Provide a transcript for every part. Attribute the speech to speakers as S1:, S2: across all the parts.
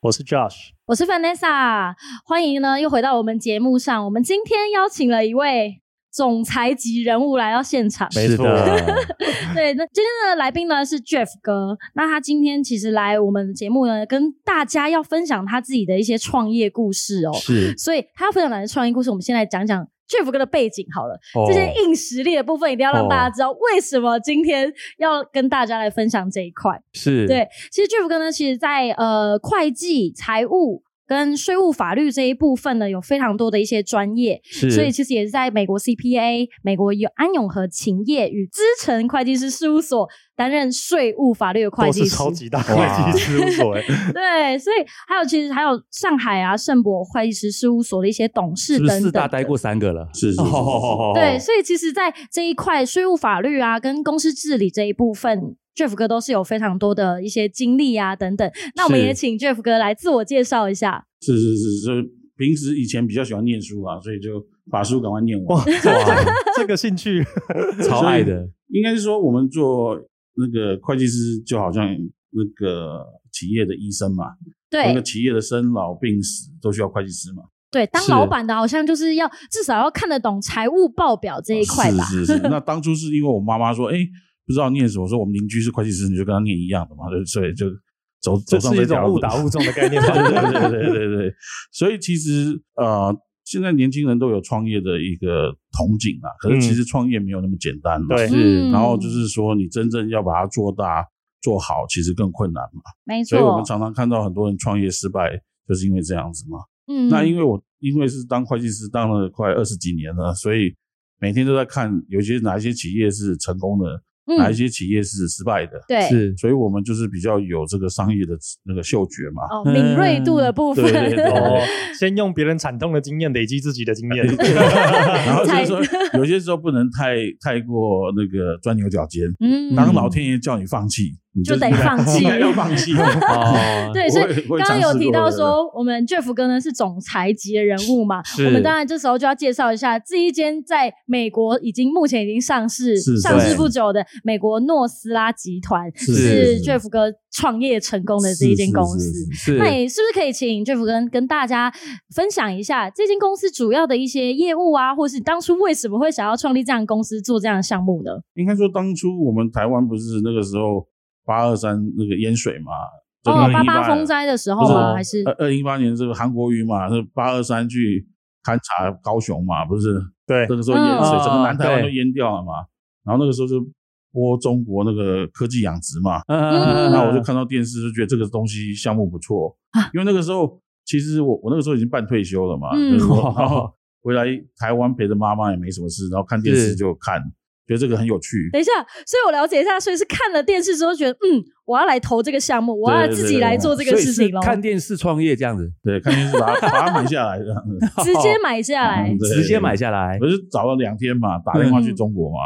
S1: 我是 Josh。
S2: 我是 Vanessa，欢迎呢又回到我们节目上。我们今天邀请了一位总裁级人物来到 现场。
S1: 没错
S3: 是的
S2: 对，那今天的来宾呢是 Jeff 哥，那他今天其实来我们的节目呢，跟大家要分享他自己的一些创业故事哦。
S3: 是
S2: 所以他要分享的创业故事，我们先来讲讲 Jeff 哥的背景好了。
S1: 哦
S2: 这些硬实力的部分，一定要让大家知道为什么今天要跟大家来分享这一块。
S3: 是，
S2: 对，其实 Jeff 哥呢，其实在呃会计、财务跟税务法律这一部分呢，有非常多的一些专业，
S3: 是，
S2: 所以其实也是在美国 CPA、美国有安永和勤业与资诚会计师事务所担任税务法律的会
S1: 都
S2: 计
S1: 是
S2: 师。
S1: 超级大会计事务所哎，
S2: 对，所以还有其实还有上海啊圣博会计师事务所的一些董事
S3: 是
S2: 等
S3: 不
S2: 等
S3: 是
S2: 的。
S3: 四大待过三个了？哦
S4: 是是是是是，
S2: 对，所以其实，在这一块税务法律啊，跟公司治理这一部分，Jeff 哥都是有非常多的一些经历啊等等。那我们
S3: 是
S2: 也请 Jeff 哥来自我介绍一下。
S4: 是是是，就平时以前比较喜欢念书啊，所以就把书赶快念完。
S1: 哇，这个兴趣
S3: 超爱的，
S4: 应该是说我们做那个会计师，就好像那个企业的医生嘛，哦那个
S2: 对
S4: 企业的生老病死都需要会计师嘛。
S2: 对，当
S3: 是
S2: 老板的好像就是要至少要看得懂财务报表这一块吧。
S4: 是是是。那当初是因为我妈妈说，哎、不知道念什么，说我们邻居是会计师，你就跟他念一样的嘛，对，所以就走走
S1: 这
S4: 上
S1: 是一
S4: 条
S1: 种
S4: 路
S1: 误打误撞的概念 吧？
S4: 对 对对对对对，所以其实呃，现在年轻人都有创业的一个憧憬啊，可是其实创业没有那么简单嘛。
S1: 对
S2: 嗯
S3: 是
S4: 然后就是说，你真正要把它做大做好，其实更困难嘛。
S2: 没
S4: 所以我
S2: 错
S4: 们，常常看到很多人创业失败，就是因为这样子嘛。
S2: 嗯
S4: 那因为我因为是当会计师当了快二十几年了，所以每天都在看有些哪一些企业是成功的，哪一
S2: 嗯
S4: 些企业是失败的。
S2: 对
S3: 是
S4: 所以我们就是比较有这个商业的那个嗅觉嘛。
S2: 哦敏锐度的部分，
S4: 对嗯对对
S1: 哦，先用别人惨痛的经验累积自己的 经验，
S4: 然 后就是
S2: 才
S4: 说，有些时候不能太太过那个钻牛角尖。
S2: 嗯
S4: 当老天爷叫你放弃，你
S2: 就得放 弃
S4: 要 放弃。
S3: 哦，
S2: 对，
S4: 我
S2: 所
S4: 也
S2: 以
S4: 我也
S2: 刚刚
S4: 尝
S2: 有
S4: 试
S2: 提
S4: 过
S2: 到
S4: 了
S2: 说，我们 Jeff 哥呢是总裁级的人物嘛，
S3: 是
S2: 我们当然这时候就要介绍一下这一间在美国已经目前已经上市、
S4: 是
S2: 上市
S3: 对
S2: 不久的美国诺斯拉集团，
S4: 是
S2: 是
S4: 是
S2: Jeff 哥创业成功的这一间公司。
S4: 是是是
S3: 是
S2: 那你是不是可以请 Jeff 哥跟大家分享一下这间公司主要的一些业务啊，或是当初为什么会想要创立这样的公司做这样的项目呢？
S4: 应该说，当初我们台湾不是那个时候八二三那个淹水嘛，这
S2: 哦，
S4: 个
S2: 八
S4: 2018
S2: 八风灾的时候
S4: 啊不是呃
S2: 吗？还是
S4: 二二零一八年这个韩国瑜嘛，是八二三去勘察高雄嘛，不是
S1: 对
S4: 那，个时候淹水，
S3: 嗯
S4: 整个南台湾
S3: 对
S4: 都淹掉了嘛。然后那个时候就播中国那个科技养殖嘛，
S3: 嗯
S2: 嗯啊
S4: 那我就看到电视，就觉得这个东西项目不错，因为那个时候其实我我那个时候已经半退休了嘛，
S2: 嗯
S4: 就是说然
S3: 哦
S4: 后回来台湾陪着妈妈也没什么事，然后看电视
S3: 是
S4: 就看，觉得这个很有趣。
S2: 等一下，所以我了解一下，所以是看了电视之后觉得，嗯，我要来投这个项目，我要
S4: 对对
S2: 自己来做这个
S3: 所以
S2: 事
S3: 是
S2: 情喽，
S3: 看电视创业这样子，
S4: 对，看电视把它把它买下来这样子，
S2: 直接买下 来
S4: 嗯。对
S3: 直接买下来
S4: 我，就找了两天嘛，打电话
S2: 嗯
S4: 去中国嘛，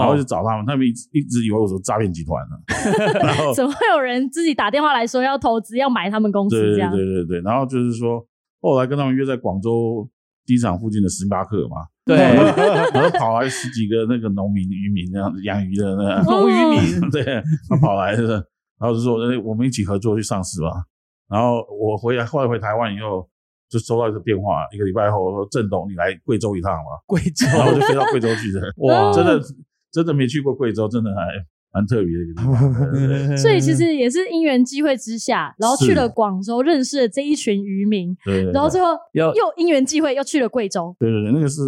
S4: 然后就
S3: 哦，
S4: 找他们，他们一直一直以为我是诈骗集团啊呢、然后
S2: 怎么会有人自己打电话来说要投资要买他们公司
S4: 对
S2: 这
S4: 对
S2: 样？
S4: 对对对，然后就是说后来跟他们约在广州机场附近的星巴克嘛，
S3: 对，
S2: 哎
S4: 然后跑来十几个那个农民、渔民那样子养鱼的那
S2: 哦
S3: 农渔民，
S4: 对，他跑来的，然后就说：“哎，我们一起合作去上市吧。”然后我回来，后来回台湾以后，就收到一个电话，一个礼拜后说：“郑董，你来贵州一趟吧。
S3: 贵州”，
S4: 然后我就飞到贵州去的。
S3: 哇，
S4: 真的真的没去过贵州，真的还蛮特别的一个地方。对对对
S2: 所以其实也是因缘机会之下，然后去
S4: 是
S2: 了广州，认识了这一群渔民，
S4: 对对，
S2: 然后最后
S3: 要
S2: 又因缘际会又去了贵州。
S4: 对对对，那个是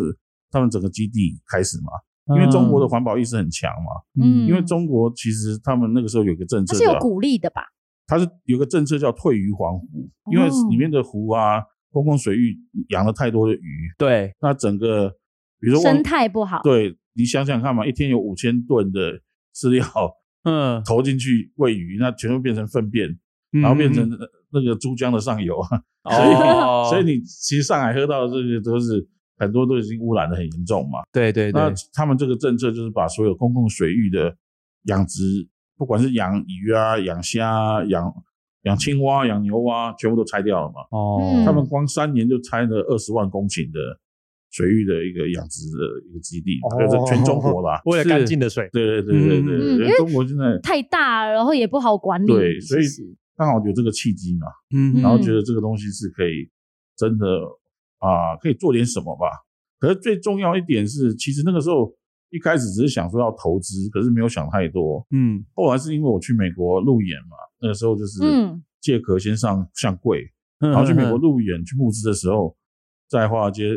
S4: 他们整个基地开始嘛，因为中国
S3: 嗯
S4: 的环保意识很强嘛。
S2: 嗯，
S4: 因为中国其实他们那个时候有个政
S2: 它
S4: 策
S2: 是有
S4: 叫，
S2: 鼓励的吧？
S4: 它是有个政策叫退渔还湖，因为
S2: 哦
S4: 里面的湖啊、公共水域养了太多的鱼，
S3: 对，
S4: 那整个比如说
S2: 生态不好。
S4: 对你想想看嘛，一天有五千吨的饲料
S3: 嗯，
S4: 投进去喂鱼，那全部变成粪便，然后变成那个珠江的上游啊，
S3: 嗯哦
S4: 所以你其实上海喝到的这些都是很多都已经污染的很严重嘛。
S3: 对对对
S4: 那，他们这个政策就是把所有公共水域的养殖，不管是养鱼啊、养虾啊、养养青蛙、养牛蛙，全部都拆掉了嘛。
S2: 嗯
S3: 哦，
S4: 他们光三年就拆了二十万公顷的水域的一个养殖的一个基地，
S1: 哦
S4: 就是全中国啦。
S1: 为了
S3: 是
S1: 干净的水，
S4: 对对对对
S2: 嗯
S4: 对对，中国现在
S2: 太大，然后也不好管理。
S4: 对所以
S2: 其实
S4: 刚好有这个契机嘛，
S3: 嗯
S4: 然后觉得这个东西是可以真的啊、可以做点什么吧。可是最重要一点是，其实那个时候一开始只是想说要投资，可是没有想太多。
S3: 嗯
S4: 后来是因为我去美国路演嘛，那个时候就是
S2: 嗯
S4: 借壳先上上柜，
S3: 嗯，
S4: 然后去美国
S3: 嗯
S4: 路演去募资的时候，在华尔街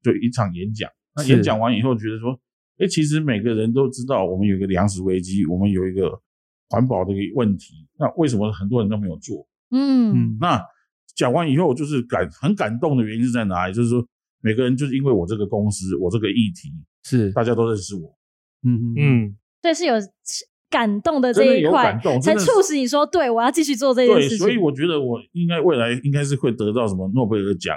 S4: 就一场演讲。那
S3: 是
S4: 演讲完以后，觉得说，哎，其实每个人都知道我们有一个粮食危机，我们有一个环保的一个问题，那为什么很多人都没有做？
S2: 嗯
S3: 嗯
S4: 那讲完以后，就是感很感动的原因是在哪里？就是说，每个人就是因为我这个公司，我这个议题，
S3: 是
S4: 大家都认识我，
S3: 嗯嗯
S1: 嗯，
S2: 对，是有感动的这
S4: 真的
S2: 一
S4: 有
S2: 块
S4: 感，动，
S2: 才
S4: 真的是
S2: 促使你说，对我要继续做这件
S4: 对，
S2: 事情。
S4: 所以我觉得我应该未来应该是会得到什么诺贝尔奖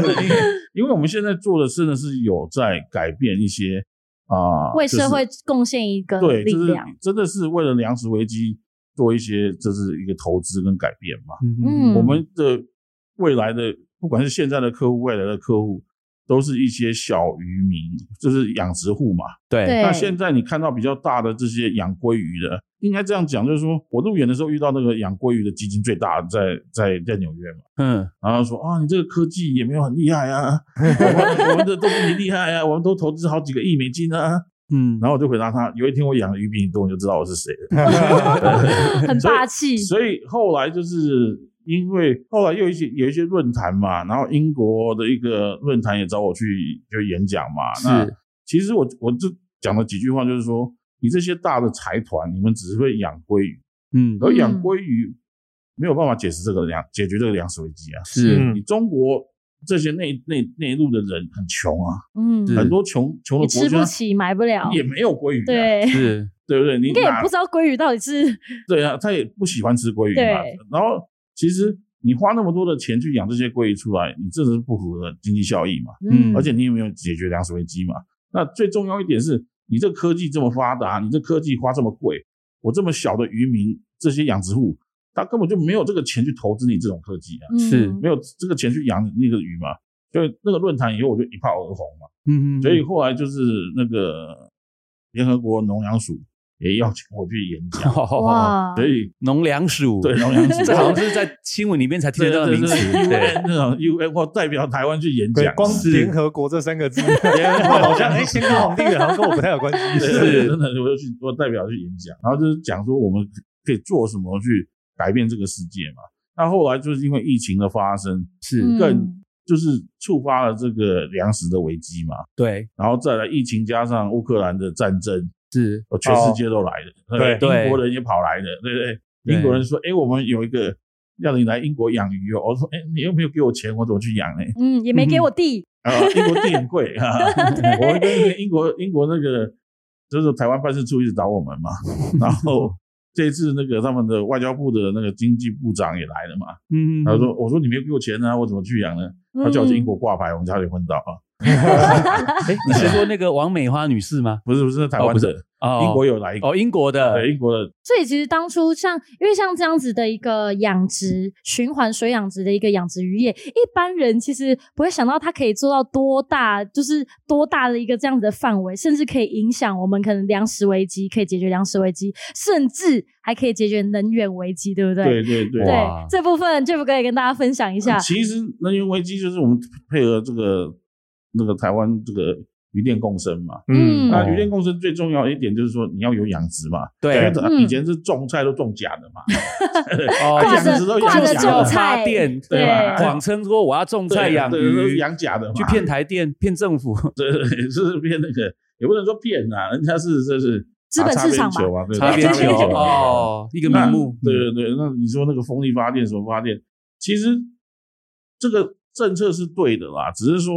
S4: 真的因为因为我们现在做的真的是有在改变一些啊，
S2: 为
S4: 就是
S2: 社会贡献一个
S4: 对，
S2: 力
S4: 就是
S2: 量。
S4: 真的是为了粮食危机做一些，这是一个投资跟改变嘛。
S2: 嗯
S4: 我们的未来的不管是现在的客户，未来的客户。都是一些小渔民，就是养殖户嘛。
S3: 对
S2: 对
S4: 那现在你看到比较大的这些养鲑鱼的，应该这样讲，就是说我入园的时候遇到那个养鲑鱼的基金最大的在在在纽约嘛，
S3: 嗯
S4: 然后说啊，你这个科技也没有很厉害啊， 我们我们的都比你厉害啊，我们都投资好几个亿美金啊。
S3: 嗯，
S4: 然后我就回答他，有一天我养的鱼比你多，你就知道我是谁了。
S2: 很霸气，
S4: 所以后来就是因为后来又有一些有一些论坛嘛，然后英国的一个论坛也找我去就演讲嘛。那
S3: 是
S4: 其实我我就讲了几句话，就是说你这些大的财团，你们只会养鲑鱼，
S3: 嗯
S4: 而养
S2: 嗯
S4: 鲑鱼没有办法解释这个粮解决这个粮食危机啊。
S3: 是
S1: 嗯
S4: 你中国这些内内内陆的人很穷啊，
S2: 嗯，
S3: 是
S4: 很多穷穷
S2: 你
S4: 的
S2: 吃
S4: 国
S2: 不
S4: 家
S2: 起，买不了，
S4: 也没有鲑鱼、啊，
S2: 对，
S3: 是
S4: 对不对？你
S2: 应该也
S4: 哪
S2: 不知道鲑鱼到底是
S4: 对啊，他也不喜欢吃鲑鱼嘛
S2: 对。
S4: 然后其实你花那么多的钱去养这些鲑鱼出来，你这是不符合经济效益嘛，
S3: 嗯
S4: 而且你也没有解决粮食危机嘛。那最重要一点是你这科技这么发达，你这科技花这么贵，我这么小的渔民，这些养殖户，他根本就没有这个钱去投资你这种科技
S2: 嗯
S4: 啊，
S3: 是
S4: 没有这个钱去养那个鱼嘛。所以那个论坛以后我就一炮而红嘛，
S3: 嗯嗯，
S4: 所以 后来就是那个联合国农粮署也邀请我去演讲，
S3: 哇，
S2: 哇，
S4: 所以
S3: 农粮署
S4: 对农粮署
S3: 这好像是在新闻里面才听得到的名词，对
S4: UN 那种 UN 或代表台湾去演
S1: 嗯对
S4: 讲，，
S1: 光
S4: 是
S1: 联合国这三个字，
S4: 联合国
S1: 好像哎，天高皇帝远好像跟我不太有关系，
S4: 对
S3: 是
S4: 真的，我就去我代表去演讲，然后就是讲说我们可以做什么去改变这个世界嘛。那后来就是因为疫情的发生，
S3: 是
S2: 嗯
S4: 更就是触发了这个粮食的危机嘛，
S3: 对
S4: 然后再来疫情加上乌克兰的战争，
S3: 是
S4: 哦全世界都来了，
S1: 对
S4: 不
S3: 对
S4: 英国人也跑来了，对不
S3: 对
S4: 对？英国人说，哎，我们有一个要你来英国养鱼哦，我说，哎，你又没有给我钱，我怎么去养呢？
S2: 嗯，也没给我弟，
S4: 啊，英国地很贵哈，我们跟英啊国英国那个就是台湾办事处一直找我们嘛，然后这一次那个他们的外交部的那个经济部长也来了嘛，
S3: 嗯
S4: 他说我说你没有给我钱啊，我怎么去养呢？
S2: 嗯
S4: 他叫我去英国挂牌，我们差点昏倒啊！
S3: 哎，你学过那个王美花女士吗？
S4: 不是不是，那台湾的，
S3: 哦
S4: 英国有来一个，
S3: 哦，英国的
S4: 对英国的，
S2: 所以其实当初像，因为像这样子的一个养殖循环水养殖的一个养殖渔业，一般人其实不会想到它可以做到多大，就是多大的一个这样子的范围，甚至可以影响我们可能粮食危机，可以解决粮食危机，甚至还可以解决能源危机，对不对？
S4: 对对对。
S2: 对
S3: 哇
S2: 这部分 Jeff 哥也跟大家分享一下。
S4: 其实能源危机就是我们配合这个那个台湾这个渔电共生嘛。
S2: 嗯
S4: 那渔电共生最重要的一点就是说你要有养殖嘛，
S3: 对
S4: 因
S2: 嗯
S4: 为以前是种菜都种假的嘛，
S3: 哦
S2: 挂
S4: 养
S2: 着
S4: 殖都
S2: 挂
S4: 养
S2: 着
S4: 殖
S2: 韭
S4: 的
S2: 菜
S3: 发电
S4: 对
S2: 吧
S3: 谎称说我要种菜
S4: 对
S3: 养
S4: 对都
S3: 鱼，
S4: 养假的嘛，
S3: 去骗台电骗政府，
S4: 对 对对是骗那个，也不能说骗啊，人家是这是
S2: 资本市场嘛
S4: 打擦边球嘛，
S3: 擦边
S4: 对打
S3: 球哦，一个名
S4: 那
S3: 目，
S4: 对对对，那你说那个风力发电什么发电，其实这个政策是对的啦，只是说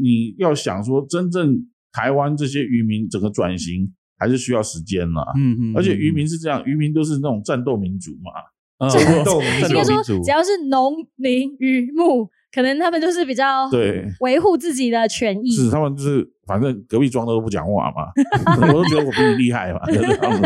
S4: 你要想说真正台湾这些渔民整个转型还是需要时间啦。
S3: 嗯嗯，
S2: 哦
S4: 而且渔民是这样，渔民都是那种战斗民族嘛，
S3: 嗯
S4: 这个
S1: 动民
S2: 应
S1: 族
S2: 该说
S3: 民族
S2: 只要是农林渔牧，可能他们就是比较
S4: 对，
S2: 维护自己的
S3: 嗯
S2: 权益。
S4: 是他们就是反正隔壁庄的都不讲 话嘛，我都觉得我比你厉害嘛，就是他们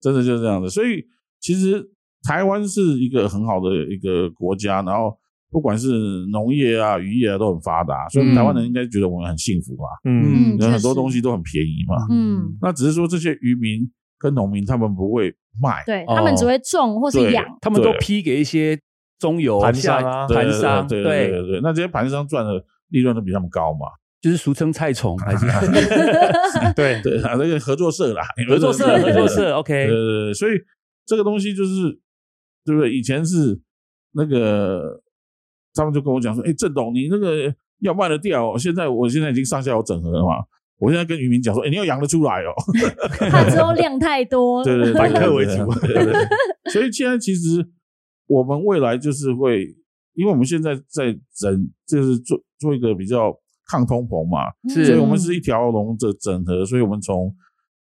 S4: 真的就是这样的。所以其实台湾是一个很好的一个国家，然后不管是农业啊、渔业啊都很发
S3: 嗯
S4: 达，所以我们台湾人应该觉得我们很幸福啊，
S1: 嗯，
S4: 有很
S2: 确
S4: 多
S2: 实
S4: 东西都很便宜嘛。
S2: 嗯，
S4: 那只是说这些渔民跟农民他们不会卖，
S2: 对
S3: 哦
S2: 他们只会种或是
S4: 对
S2: 养，
S3: 他们都
S4: 对
S3: 批给一些中游
S1: 盘商啊
S3: 下盘商，
S4: 对对对对，那这些盘商赚的利润都比他们高嘛。
S3: 就是俗称菜虫还是
S1: 对，
S4: 对啊，那个合作社啦，
S3: 合作社，合作社
S4: 对
S3: ，OK，
S4: 对对，所以这个东西就是，对不对？以前是那个他们就跟我讲说，哎，郑董，你那个要卖得掉，现在我现在已经上下游整合了嘛，我现在跟渔民讲说，哎，你要养得出来哦，
S2: 怕之后量太多。
S4: 对对对，
S1: 反客为主
S4: 对。对 对对所以现在其实我们未来就是会，因为我们现在在整，就是做做一个比较抗通膨嘛，
S2: 嗯
S3: 是
S4: 所以我们是一条龙的整合，所以我们从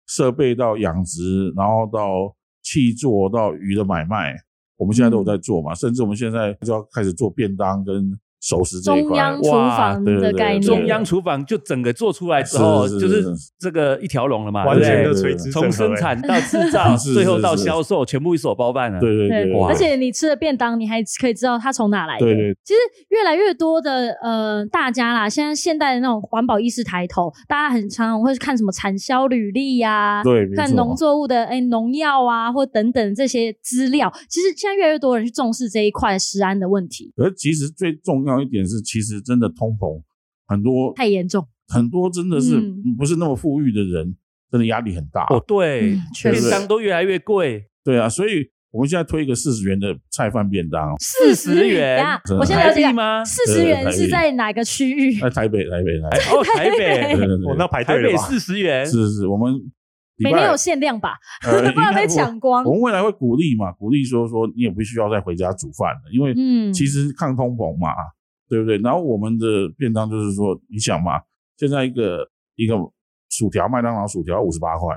S4: 设备到养殖，然后到气作到鱼的买卖，我们
S2: 嗯
S4: 现在都有在做嘛，甚至我们现在就要开始做便当跟熟食这一
S2: 中
S4: 块。
S2: 央厨
S3: 哇
S2: 房
S4: 对对
S2: 的
S4: 对
S2: 概念，
S3: 中央厨房就整个做出来之后，
S4: 是
S3: 就是是
S4: 是
S3: 这个一条龙了嘛，
S1: 完全
S3: 对
S1: 的
S3: 不
S1: 垂直
S3: 对从生产到制造，
S4: 是是
S3: 最后到
S4: 是
S3: 销售，全部一手包办了。
S4: 对对
S2: 对
S4: 对，
S3: 哇
S2: 而且你吃的便当，你还可以知道它从哪来的。
S4: 对对
S2: 其实越来越多的呃，大家啦，现在现代的那种环保意识抬头，大家很常常会去看什么产销履历呀、
S4: 对，没
S2: 看
S4: 错
S2: 农作物的哎农药啊，或等等这些资料。其实现在越来越多人去重视这一块食安的问题，
S4: 而其实最重要一点是，其实真的通膨很多
S2: 太严重。
S4: 很多真的是
S2: 嗯
S4: 不是那么富裕的人，真的压力很大。
S3: 哦，对
S2: 嗯，确
S3: 便
S4: 实
S3: 当都越来越贵，
S4: 对啊，所以我们现在推一个四十元的菜饭便当，
S2: 四
S3: 40元
S2: 啊！
S4: 真的
S2: 我先了
S3: 台
S2: 解一
S3: 币
S2: 下，
S3: 吗？
S2: 四十元是在哪个区域？
S4: 在台北，台北，台北，
S3: 哦，台
S4: 对
S3: 北，
S4: 对对，
S1: 我那排
S3: 台
S1: 队
S3: 北
S1: 了吧？
S3: 四十元，
S4: 是是，我们礼
S2: 每
S4: 拜
S2: 天哎有限量吧，
S4: 呃
S2: 不然被抢光
S4: 我。们未来会鼓励嘛，鼓励说说你也不需要再回家煮饭了，因为
S2: 嗯，
S4: 其实抗通膨嘛，对不对？然后我们的便当就是说，你想嘛，现在一个一个薯条，麦当劳薯条五十八块，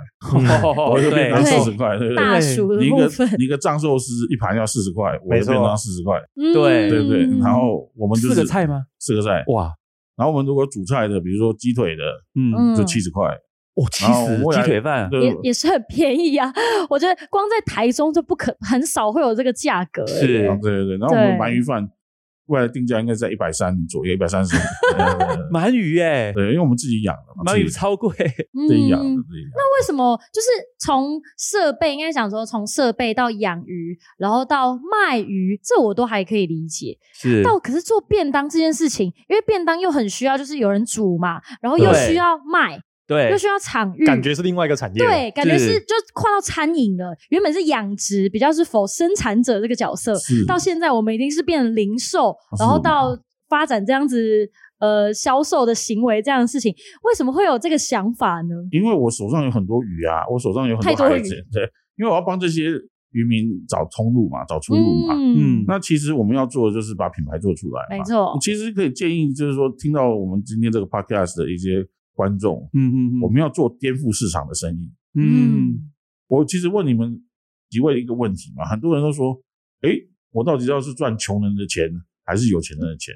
S3: 哦
S4: 我一个便
S3: 对，
S4: 当
S2: 对
S4: 四十块，对不对？
S2: 大薯的
S4: 你一
S2: 部
S4: 个
S2: 分，
S4: 你一个藏寿司一盘要四十块，我
S1: 没
S4: 的
S1: 错
S4: 便当四十块，
S3: 对
S4: 对不对？
S2: 嗯
S4: 然后我们就是
S3: 四个菜吗？
S4: 四个菜，
S3: 哇，
S4: 然后我们如果煮菜的，比如说鸡腿的，
S3: 嗯，
S4: 就七十块，
S3: 哦，七
S4: 然后
S3: 十
S4: 未
S3: 鸡
S4: 来
S3: 腿饭，
S4: 对
S2: 也也是很便宜啊。 我觉得光在台中就不可很少会有这个价格、欸，
S3: 是
S4: 啊对对对。然后我
S2: 对
S4: 们鳗鱼饭未来定价应该在一百三左右，一百三 十。呃
S3: 鳗鱼哎，
S4: 对，因为我们自己养的嘛，
S3: 鳗鱼
S4: 自己
S3: 超 贵，
S4: 自己养的，
S2: 嗯。
S4: 自己养的。
S2: 为什么就是从设备，应该想说从设备到养鱼，然后到卖鱼，这我都还可以理解。
S3: 是
S2: 到可是做便当这件事情，因为便当又很需要，就是有人煮嘛，然后又
S3: 对
S2: 需要卖，
S3: 对
S2: 又，需要场 域，
S1: 感觉是另外一个产业，
S2: 对，感觉是
S3: 是
S2: 就跨到餐饮了。原本是养殖，比较是否生产者这个角色，
S4: 是
S2: 到现在我们已经是变零售，然后
S4: 是
S2: 到发展这样子呃销售的行为这样的事情，为什么会有这个想法呢？
S4: 因为我手上有很多鱼啊，我手上有很
S2: 太多
S4: 海鲜，对，因为我要帮这些渔民找通路嘛，找出路嘛。
S3: 嗯，
S4: 那其实我们要做的就是把品牌做出来
S2: 没
S4: 嘛。
S2: 错，
S4: 其实可以建议，就是说听到我们今天这个 podcast 的一些观众，
S3: 嗯嗯
S4: 我们要做颠覆市场的生意。
S3: 嗯，
S4: 我其实问你们几位一个问题嘛，很多人都说，诶，我到底要是赚穷人的钱还是有钱人的钱？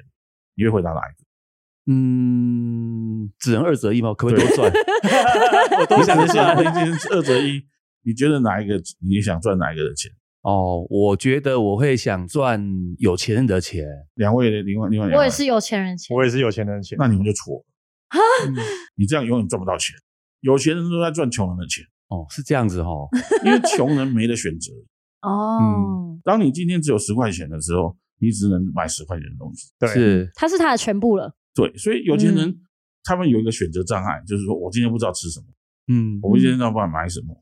S4: 你会回答哪一个？
S3: 嗯，只能二择一吗？可不可以多赚？ 我都
S4: 你
S3: 想
S4: 想
S3: 赚
S4: 赚，婚姻二择一，你觉得哪一个你想赚哪一个的钱？
S3: 哦，我觉得我会想赚有钱人的钱，
S4: 两位的另外另外两
S2: 我
S4: 位
S2: 也，是有钱人钱，
S1: 我也是有钱人的钱，
S4: 那你们就错了，嗯你这样永远赚不到钱。有钱人都在赚穷人的钱，
S3: 哦，是这样子哦，
S4: 因为穷人没得选择。
S2: 哦，
S4: 当你今天只有十块钱的时候，你只能买十块钱的东西。
S1: 对，
S3: 是
S2: 他是他的全部了，
S4: 对，所以有钱人、他们有一个选择障碍，就是说我今天不知道吃什么，
S3: 嗯，
S4: 我今天知道不知道买什么。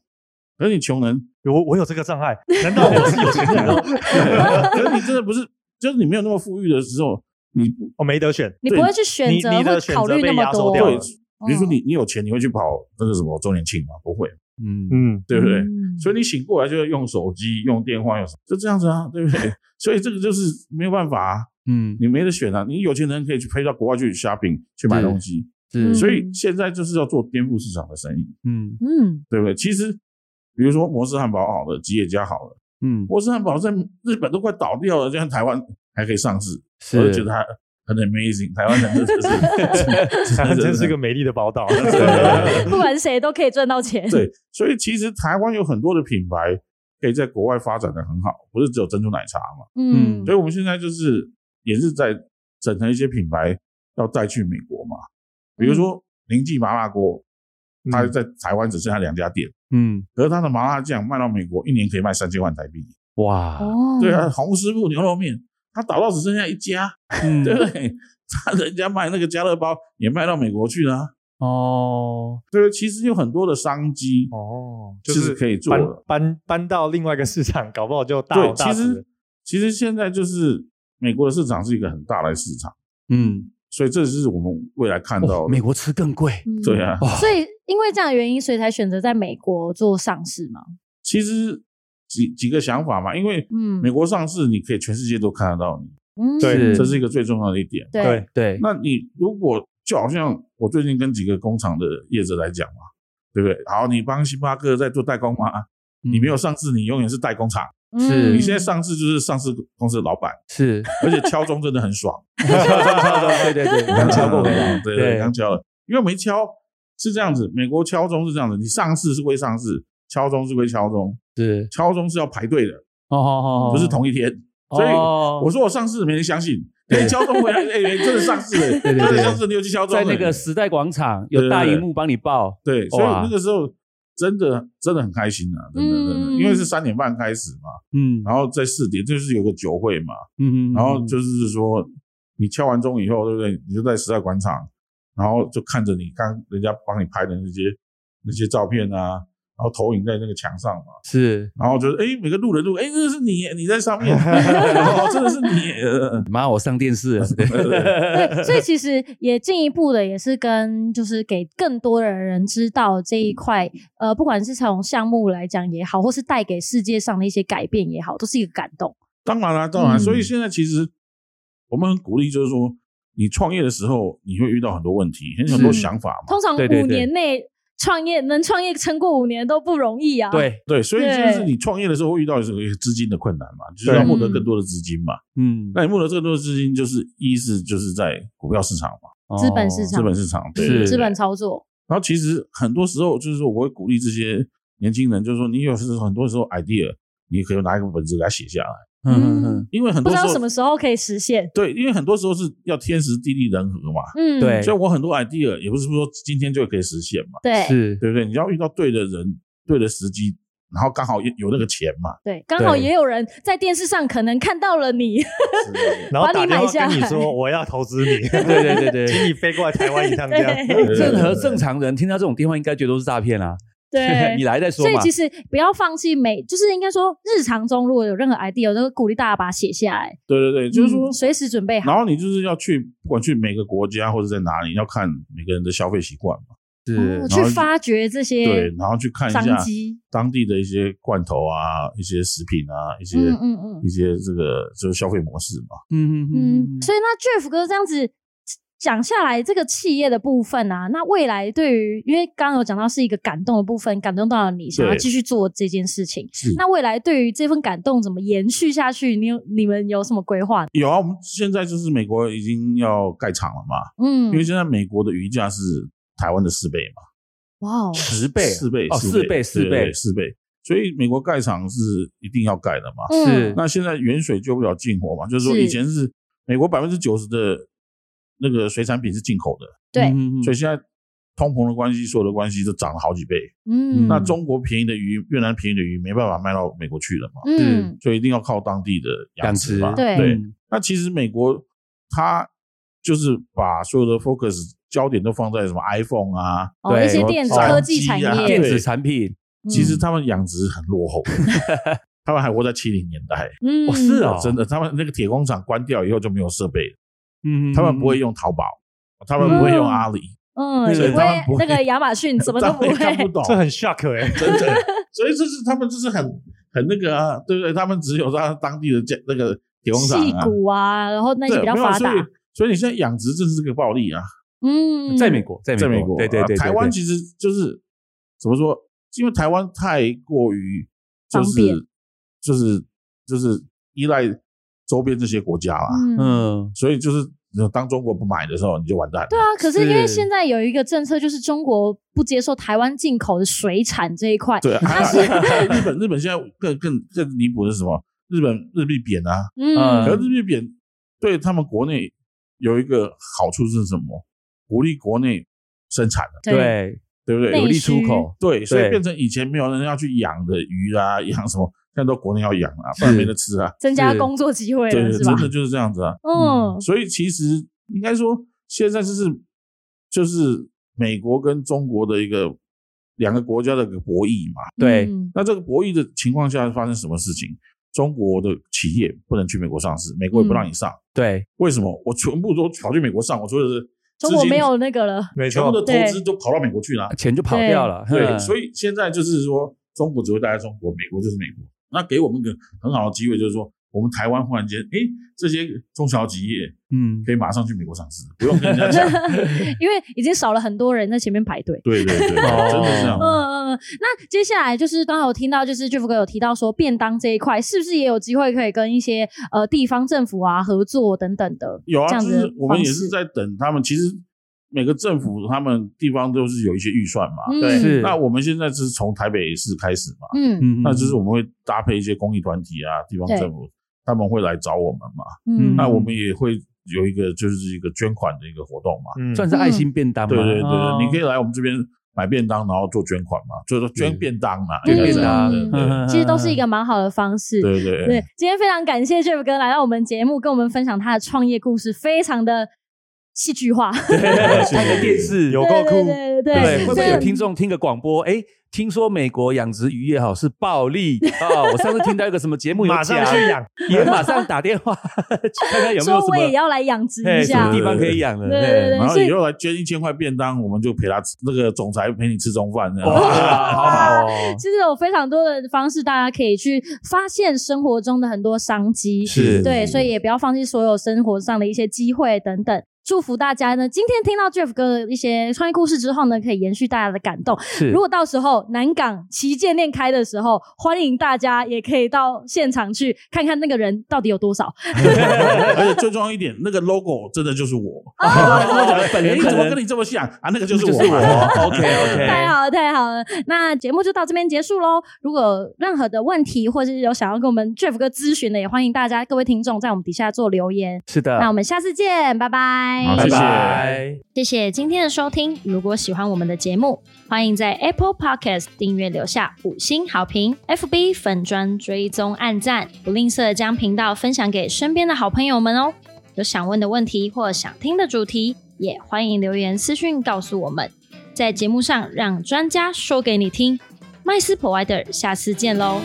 S4: 可是你穷人，
S1: 我我有这个障碍，难道我是有钱人哦？
S4: 可是你真的不是，就是你没有那么富裕的时候，你不
S1: 我哦没得选，
S2: 你不会去选择
S1: 你你
S2: 或
S1: 的选
S2: 考
S1: 择
S2: 虑那
S1: 被
S2: 么
S1: 压缩
S2: 多，哦
S1: 掉
S4: 对
S1: 了，，
S2: 嗯
S4: 比如说你你有钱，你会去跑那个什么周年庆吗？不会，
S3: 嗯
S1: 嗯，
S4: 对不对？
S2: 嗯
S4: 所以你醒过来就要用手机、用电话，用什么就这样子啊，对不对？ 所以这个就是没有办法、啊，
S3: 嗯，
S4: 你没得选啊。你有钱人可以去飞到国外去 shopping 去买东西，
S3: 是
S2: 嗯
S4: 所以现在就是要做颠覆市场的生意，
S3: 嗯
S2: 嗯
S4: 对不对？其实比如说摩斯汉堡好了，吉野家好了，
S3: 嗯，
S4: 波士汉堡在日本都快倒掉了，这样台湾还可以上市，我
S3: 是
S4: 就觉得它很 amazing。台湾人真的是，
S1: 台湾真是
S4: 个。
S1: 个美丽的宝岛。
S2: 不管谁都可以赚到钱。
S4: 对，所以其实台湾有很多的品牌可以在国外发展的很好，不是只有珍珠奶茶嘛。
S2: 嗯
S4: 所以我们现在就是也是在整成一些品牌要带去美国嘛，比如说林记麻辣锅，它在台湾只剩下两家店，
S3: 嗯，
S4: 可是它的麻辣酱卖到美国一年可以卖三千万台币。
S3: 哇，
S2: 哦，
S4: 对啊，洪师傅牛肉面，它倒到只剩下一家，
S3: 嗯
S4: 对不对？他人家卖那个加乐包也卖到美国去了、啊。
S1: 哦
S4: 对，其实有很多的商机，
S1: 哦，
S4: 其
S1: 就
S4: 实
S1: 是
S4: 可以做
S1: 搬
S4: 的。
S1: 搬搬到另外一个市场，搞不好就大
S4: 对，
S1: 红
S4: 其
S1: 大
S4: 实
S1: 紫。
S4: 其实现在就是美国的市场是一个很大的市场，
S3: 嗯，
S4: 所以这是我们未来看
S3: 哦，
S4: 到的。
S3: 美国吃更贵，
S2: 嗯
S4: 对啊，
S1: 哦
S3: 哇，
S2: 所以因为这样的原因，所以才选择在美国做上市嘛。
S4: 其实几几个想法嘛，因为
S2: 嗯
S4: 美国上市，你可以全世界都看得到你，
S2: 嗯，
S1: 对
S3: 是
S4: 这是一个最重要的一点。
S2: 对
S1: 对，
S3: 对，
S4: 那你如果就好像我最近跟几个工厂的业者来讲嘛，对不对？好，你帮星巴克在做代工嘛，
S3: 嗯
S4: 你
S1: 嗯
S4: 没有上市，你永远是代工厂。
S3: 是
S2: 嗯
S4: 你现在上市就是上市公司的老板，
S3: 是，
S4: 而且敲钟真的很 爽。
S3: 对对对，刚敲过回来，
S4: 啊对对，
S3: 对
S4: 刚敲了，因为没敲是这样子，美国敲钟是这样子，你上市是归上市，敲钟是归敲钟，
S3: 是，
S4: 敲钟是要排队的，
S3: 哦哦哦，
S4: 不是同一天。所以
S3: 哦
S4: 我说我上市，没人相信。对，敲钟回来，哎，哎真的上市
S3: 对
S4: 了，
S3: 对
S4: 真的
S3: 对
S4: 上市，你又去敲钟
S3: 在
S4: 了。
S3: 那个时代广场有大荧幕帮你报，
S4: 对，所以
S3: 哇
S4: 那个时候真的真的很开心啊，真的真的，
S2: 嗯
S4: 因为是三点半开始嘛，
S3: 嗯
S4: 然后在四点就是有个酒会嘛，
S3: 嗯，
S4: 然后就是说，你敲完钟以后，对不对？你就在时代广场，然后就看着你刚人家帮你拍的那些那些照片啊，然后投影在那个墙上嘛，
S3: 是，
S4: 然后就是哎，每个路人路，哎，那是你耶，你在上面，哦，真的 是你耶，呃
S3: 妈，我上电视了，对
S2: 对，所以其实也进一步的也是跟就是给更多的人知道这一块，呃，不管是从项目来讲也好，或是带给世界上的一些改变也好，都是一个感动。
S4: 当然啦、当然，
S2: 嗯
S4: 所以现在其实我们很鼓励，就是说。你创业的时候，你会遇到很多问题，很很多
S2: 是
S4: 想法嘛。
S2: 通常
S3: 对对
S2: 五
S3: 对
S2: 年内创业能创业撑过五年都不容易啊。，
S3: 对，
S4: 对，所以就是
S2: 对
S4: 你创业的时候会遇到这个资金的困难嘛，就是要
S1: 对
S4: 获得更
S2: 嗯
S4: 多的资金嘛。
S3: 嗯，
S4: 那你募得更多的资金，就是一是就是在股票市场嘛，
S2: 资本市场
S4: 资本市场对。
S3: 是
S2: 资本操作，
S4: 然后其实很多时候就是说，我会鼓励这些年轻人，就是说你有时很多时候 idea，你可以拿一个本子给它写下来，
S3: 嗯嗯
S4: 因为很
S2: 不
S4: 多
S2: 知
S4: 时
S2: 道
S4: 候
S2: 什么时候可以实现。
S4: 对，因为很多时候是要天时地利人和嘛。
S2: 嗯，
S3: 对
S4: 所以我很多 idea 也不是说今天就可以实现嘛，
S2: 对
S3: 嗯，是，
S4: 对不对？你要遇到对的人、对的时机，然后刚好有有那个钱嘛，
S2: 对，刚好
S3: 对
S2: 也有人在电视上可能看到了 你，
S1: 然后
S2: 把
S1: 打
S2: 你
S1: 电
S2: 买
S1: 话
S2: 下
S1: 跟你
S2: 来
S1: 说我要投资你，
S3: 对对对 对
S1: 请你飞过来台湾一 趟这样。
S2: 对
S3: 任何正常人听到这种电话，应该觉得都是诈骗啦。
S2: 对
S3: 你，来再说
S2: 所以
S3: 嘛
S2: 其。实不要放弃每，就是应该说日常中如果有任何 idea，我都鼓励大家把它写下来，
S4: 对对对，就是说
S2: 嗯随时准备好。
S4: 然后你就是要去，不管去每个国家或者在哪里，要看每个人的消费习惯嘛，
S3: 是
S2: 哦去发掘这
S4: 对
S2: 些，
S4: 然后去看一
S2: 嗯商
S4: 下
S2: 机。
S4: 当地的一些罐头啊、一些食品啊、一些、
S2: 嗯嗯嗯
S4: 一些这个就是消费模式嘛。
S3: 嗯
S2: 嗯，所以那 Jeff 哥这样子讲下来，这个企业的部分啊，那未来对于因为刚刚有讲到是一个感动的部分，感动到了你想要
S4: 对
S2: 继续做这件事情
S4: 是。
S2: 那未来对于这份感动怎么延续下去，你有你们有什么规划？
S4: 有啊，我们现在就是美国已经要盖厂了嘛，
S2: 嗯
S4: 因，为现在美国的鱼价是台湾的四倍嘛，
S2: 哇哦，
S3: 十倍
S4: 四倍
S3: 哦，四倍四
S4: 对对
S3: 倍
S4: 对四倍，所以美国盖厂是一定要盖的嘛。
S2: 嗯
S3: 是
S4: 那现在远水救不了近火嘛，就是说
S2: 是
S4: 以前是美国百分之九十的那个水产品是进口的，
S2: 对，
S3: 嗯
S4: 所以现在通膨的关系，所有的关系都涨了好几倍。
S2: 嗯，
S4: 那中国便宜的鱼、越南便宜的鱼没办法卖到美国去了嘛，
S2: 嗯
S4: 所以一定要靠当地的养
S3: 养
S4: 殖
S3: 殖
S4: 嘛。
S2: 对
S3: 嗯
S4: 那其实美国它就是把所有的 focus 焦点都放在什么 iPhone 啊，
S2: 哦，
S3: 对
S2: 一些电子
S4: 手
S2: 科技
S4: 机
S2: 产
S4: 啊
S2: 业，
S3: 电
S4: 对
S3: 子产品
S2: 嗯
S4: 其实他们养殖很 落后，他们还活在七零年代。
S2: 嗯
S3: 哦是哦
S4: 真的，他们那个铁工厂关掉以后就没有设备了，
S3: 嗯
S4: 他们不会用淘宝，他们不会用阿里，
S2: 嗯，
S4: 所
S2: 也
S4: 以
S2: 不
S4: 他们
S2: 会
S4: 不会
S2: 那个亚马 逊什么都
S4: 他
S2: 不
S4: 们也看不
S2: 会，
S4: 懂，
S1: 这很 shock 哎、
S4: 真的。所以这是他们就是很很那个啊，对不对？他们只有他当地的家那个铁工厂
S2: 戏
S4: 啊，
S2: 骨啊，然后那些
S4: 对，
S2: 比较
S4: 没有
S2: 发
S4: 所
S2: 达
S4: 以，所以你现在养殖真是个暴利啊，
S2: 嗯，
S3: 在美国，在
S4: 在美国，
S3: 对对
S4: 啊
S3: 对，对
S4: 台湾
S3: 对
S4: 其实就是怎么说？因为台湾太过于就
S2: 方便
S4: 是就是就是依赖周边这些国家啦。
S2: 嗯。
S3: 嗯，
S4: 所以就是当中国不买的时候，你就完蛋了。
S2: 对啊，可是因为
S3: 是
S2: 现在有一个政策，就是中国不接受台湾进口的水产这一块。
S4: 对啊，
S2: 但是
S4: 还有日本日本现在更更更离谱的是什么？日本日币贬啊，
S2: 嗯
S4: 可是日币贬对他们国内有一个好处是什么？鼓励国内生产的，
S2: 对，
S3: 对，
S4: 对不对？
S2: 内
S3: 有
S4: 有
S3: 利出口，
S4: 对，所以
S3: 对
S4: 变成以前没有人要去养的鱼啊，养什么，现在都国内要养啊，不然
S3: 是
S4: 没得吃啊。
S2: 增加
S3: 是
S2: 工作机会
S4: 对，
S2: 了，是吧
S4: 真？的就是这样子啊。
S2: 嗯，
S4: 所以其实应该说，现在就是就是美国跟中国的一个两个国家的一个博弈嘛。
S3: 对
S2: 嗯
S4: 那这个博弈的情况下发生什么事情？中国的企业不能去美国上市，美国也不让你上。
S3: 对，
S4: 为什么？我全部都跑去美国上，我所有的
S2: 中国
S4: 资金
S2: 没有那个了，
S1: 没
S4: 全部的
S1: 错，
S4: 投资都跑到美国去了。
S3: 钱就跑掉了，
S2: 嗯
S4: 对，所
S3: 以
S4: 以现在就是说，中国只会待在中国，美国就是美国。那给我们一个很好的机会，就是说，我们台湾忽然间，哎，这些中小企业
S3: 嗯，
S4: 可以马上去美国上市，不用跟人家讲。
S2: 因为已经少了很多人在前面排队。
S4: 对对对， 真
S3: 哦
S4: 的是这样
S2: 嗯。嗯嗯，那接下来就是刚才有听到，就是 Jeff 哥有提到说便当这一块，是不是也有机会可以跟一些呃地方政府啊合作等等的？
S4: 有
S2: 这
S4: 啊，
S2: 样
S4: 就
S2: 子的
S4: 是我们也
S2: 方
S4: 是
S2: 式
S4: 在等他们。其实每个政府他们地方都是有一些预算嘛。
S2: 嗯
S1: 对
S3: 是
S4: 那我们现在是从台北市开始嘛，
S2: 嗯
S3: 嗯，
S4: 那就是我们会搭配一些公益团体啊、地方政府，他们会来找我们嘛。
S2: 嗯，
S4: 那我们也会有一个就是一个捐款的一个活动嘛。
S1: 嗯，
S3: 算是爱心便当嘛，哦
S4: 对对对对，你可
S3: 以
S4: 以来我们这边买便当，然后做捐款嘛，就是说捐便当嘛，
S3: 嗯
S4: 应该
S3: 捐
S4: 是
S3: 便
S4: 这样
S3: 当
S4: 对对对
S2: 其实都是一个蛮好的方式。
S4: 对对
S2: 对，今天非常感谢 Jeff 哥来到我们节目，跟我们分享他的创业故事，非常的戏剧化。
S3: 看个电视
S1: 有够酷，
S2: 对对
S3: 对，
S2: 对
S3: 会不
S2: 所
S3: 会
S2: 以
S3: 有听众听个广播？哎，听说美国养殖渔业哈是暴利啊！我上次听到一个什么节目有啊
S1: 马上
S3: 讲，
S1: 去养，
S3: 也马上打电话去看看有没有
S2: 说
S3: 什
S2: 我也
S3: 么
S2: 要来养殖
S3: 哎
S2: 一
S3: 什么
S2: 下
S3: 地。方可以养的。
S2: 对对对
S4: 然后
S2: 所以
S4: 以后来捐一千块便当，我们就陪他吃那个总裁陪你吃中饭这样。
S3: 哇，好好哦，
S2: 其实有非常多的方式，大家可以去发现生活中的很多商机。
S3: 是
S2: 对，所以也不要放弃所有生活上的一些机会等等。祝福大家呢！今天听到 Jeff 哥的一些创业故事之后呢，可以延续大家的感动。
S3: 是
S2: 如果到时候南港旗舰店开的时候，欢迎大家也可以到现场去看看那个人到底有多少。
S4: 而且最重要一点，那个 logo 真的就是 我。
S3: 本
S4: 哎
S3: 人
S4: 你
S3: 本
S4: 怎么
S3: 人
S4: 跟你这么像啊？那个就
S3: 就是是
S4: 我。
S3: 我，OK
S1: 啊
S3: OK，
S2: 太好了，太好了！那节目就到这边结束喽。如果有任何的问题，或者是有想要跟我们 Jeff 哥咨询的，也欢迎大家各位听众在我们底下做留言。
S3: 是的，
S2: 那我们下次见，拜拜。
S4: 好
S3: 拜
S4: 谢谢
S3: 拜。
S2: 谢谢今天的收听。如果喜欢我们的节目，欢迎在 Apple Podcast 订阅留下五星好评，FB 粉砖追踪按赞，不吝啬将频道分享给身边的好朋友们哦。有想问的问题或想听的主题，也欢迎留言私讯告诉我们，在节目上让专家说给你听。麦斯 Provider，下次见喽。